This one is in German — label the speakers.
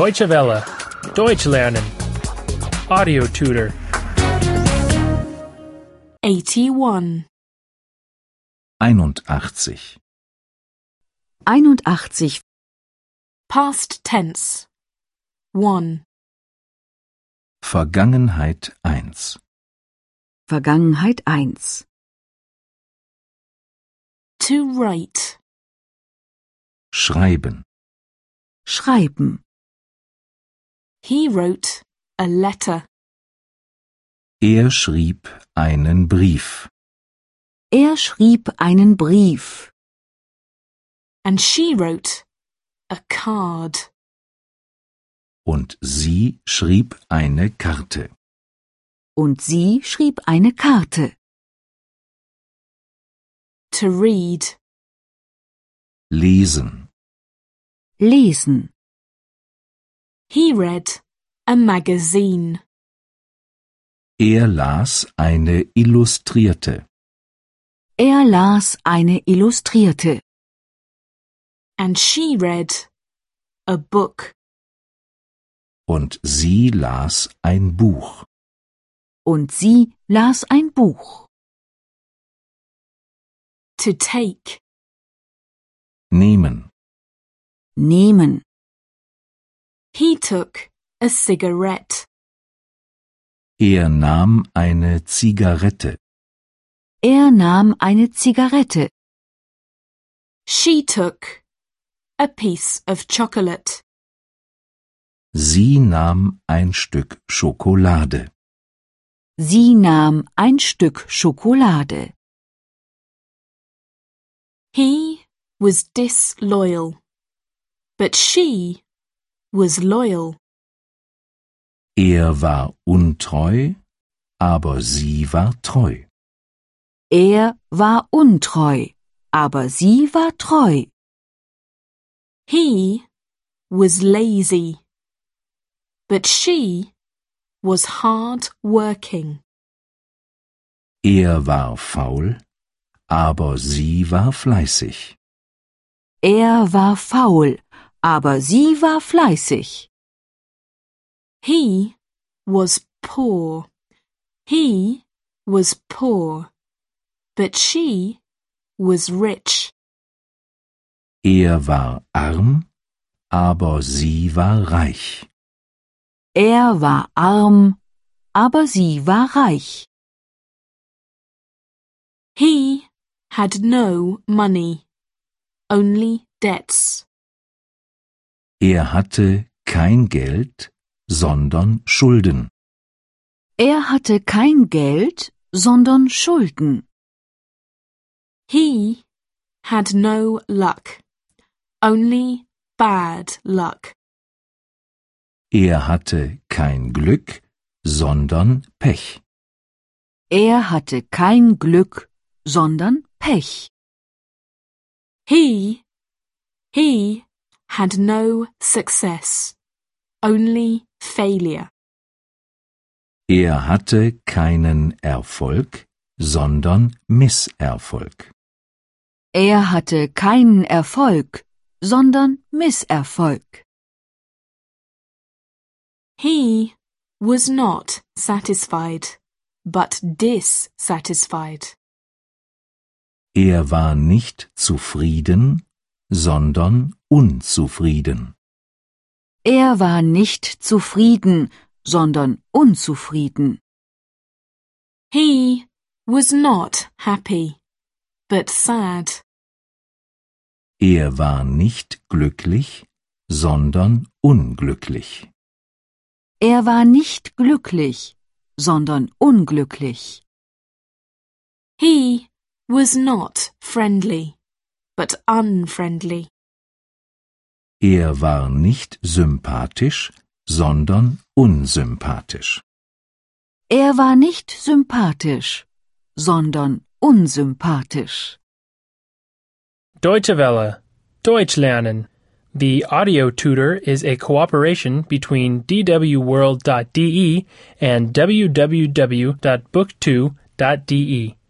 Speaker 1: Deutsche Welle. Deutsch lernen. Audio tutor.
Speaker 2: 81.
Speaker 3: 81.
Speaker 4: 81.
Speaker 2: Past tense. 1.
Speaker 3: Vergangenheit 1.
Speaker 4: Vergangenheit 1.
Speaker 2: To write.
Speaker 3: Schreiben.
Speaker 4: Schreiben.
Speaker 2: He wrote a letter.
Speaker 3: Er schrieb einen Brief.
Speaker 4: Er schrieb einen Brief.
Speaker 2: And she wrote a card.
Speaker 3: Und sie schrieb eine Karte.
Speaker 4: Und sie schrieb eine Karte.
Speaker 2: To read.
Speaker 3: Lesen.
Speaker 4: Lesen.
Speaker 2: He read a magazine.
Speaker 3: Er las eine Illustrierte.
Speaker 4: Er las eine Illustrierte.
Speaker 2: And she read a book.
Speaker 3: Und sie las ein Buch.
Speaker 4: Und sie las ein Buch.
Speaker 2: To take.
Speaker 3: Nehmen.
Speaker 4: Nehmen.
Speaker 2: He took a cigarette.
Speaker 3: Er nahm eine Zigarette.
Speaker 4: Er nahm eine Zigarette.
Speaker 2: She took a piece of chocolate.
Speaker 3: Sie nahm ein Stück Schokolade.
Speaker 4: Sie nahm ein Stück Schokolade.
Speaker 2: He was disloyal, but she was loyal.
Speaker 3: Er war untreu, aber sie war treu.
Speaker 4: Er war untreu, aber sie war treu.
Speaker 2: He was lazy, but she was hard working.
Speaker 3: Er war faul, aber sie war fleißig.
Speaker 4: Er war faul, aber sie war fleißig.
Speaker 2: He was poor. He was poor, but she was rich.
Speaker 3: Er war arm, aber sie war reich.
Speaker 4: Er war arm, aber sie war reich.
Speaker 2: He had no money, only debts.
Speaker 3: Er hatte kein Geld, sondern Schulden.
Speaker 4: Er hatte kein Geld, sondern Schulden.
Speaker 2: He had no luck, only bad luck.
Speaker 3: Er hatte kein Glück, sondern Pech.
Speaker 4: Er hatte kein Glück, sondern Pech.
Speaker 2: He, he had no success, only failure.
Speaker 3: Er hatte keinen Erfolg, sondern Misserfolg.
Speaker 4: Er hatte keinen Erfolg, sondern Misserfolg.
Speaker 2: He was not satisfied, but dissatisfied.
Speaker 3: Er war nicht zufrieden, sondern unzufrieden.
Speaker 4: Er war nicht zufrieden, sondern unzufrieden.
Speaker 2: He was not happy, but sad.
Speaker 3: Er war nicht glücklich, sondern unglücklich.
Speaker 4: Er war nicht glücklich, sondern unglücklich.
Speaker 2: He was not friendly, but unfriendly.
Speaker 3: Er war nicht sympathisch, sondern unsympathisch.
Speaker 4: Er war nicht sympathisch, sondern unsympathisch.
Speaker 1: Deutsche Welle. Deutsch lernen. The audio tutor is a cooperation between E dwworld.de and www.book2.de.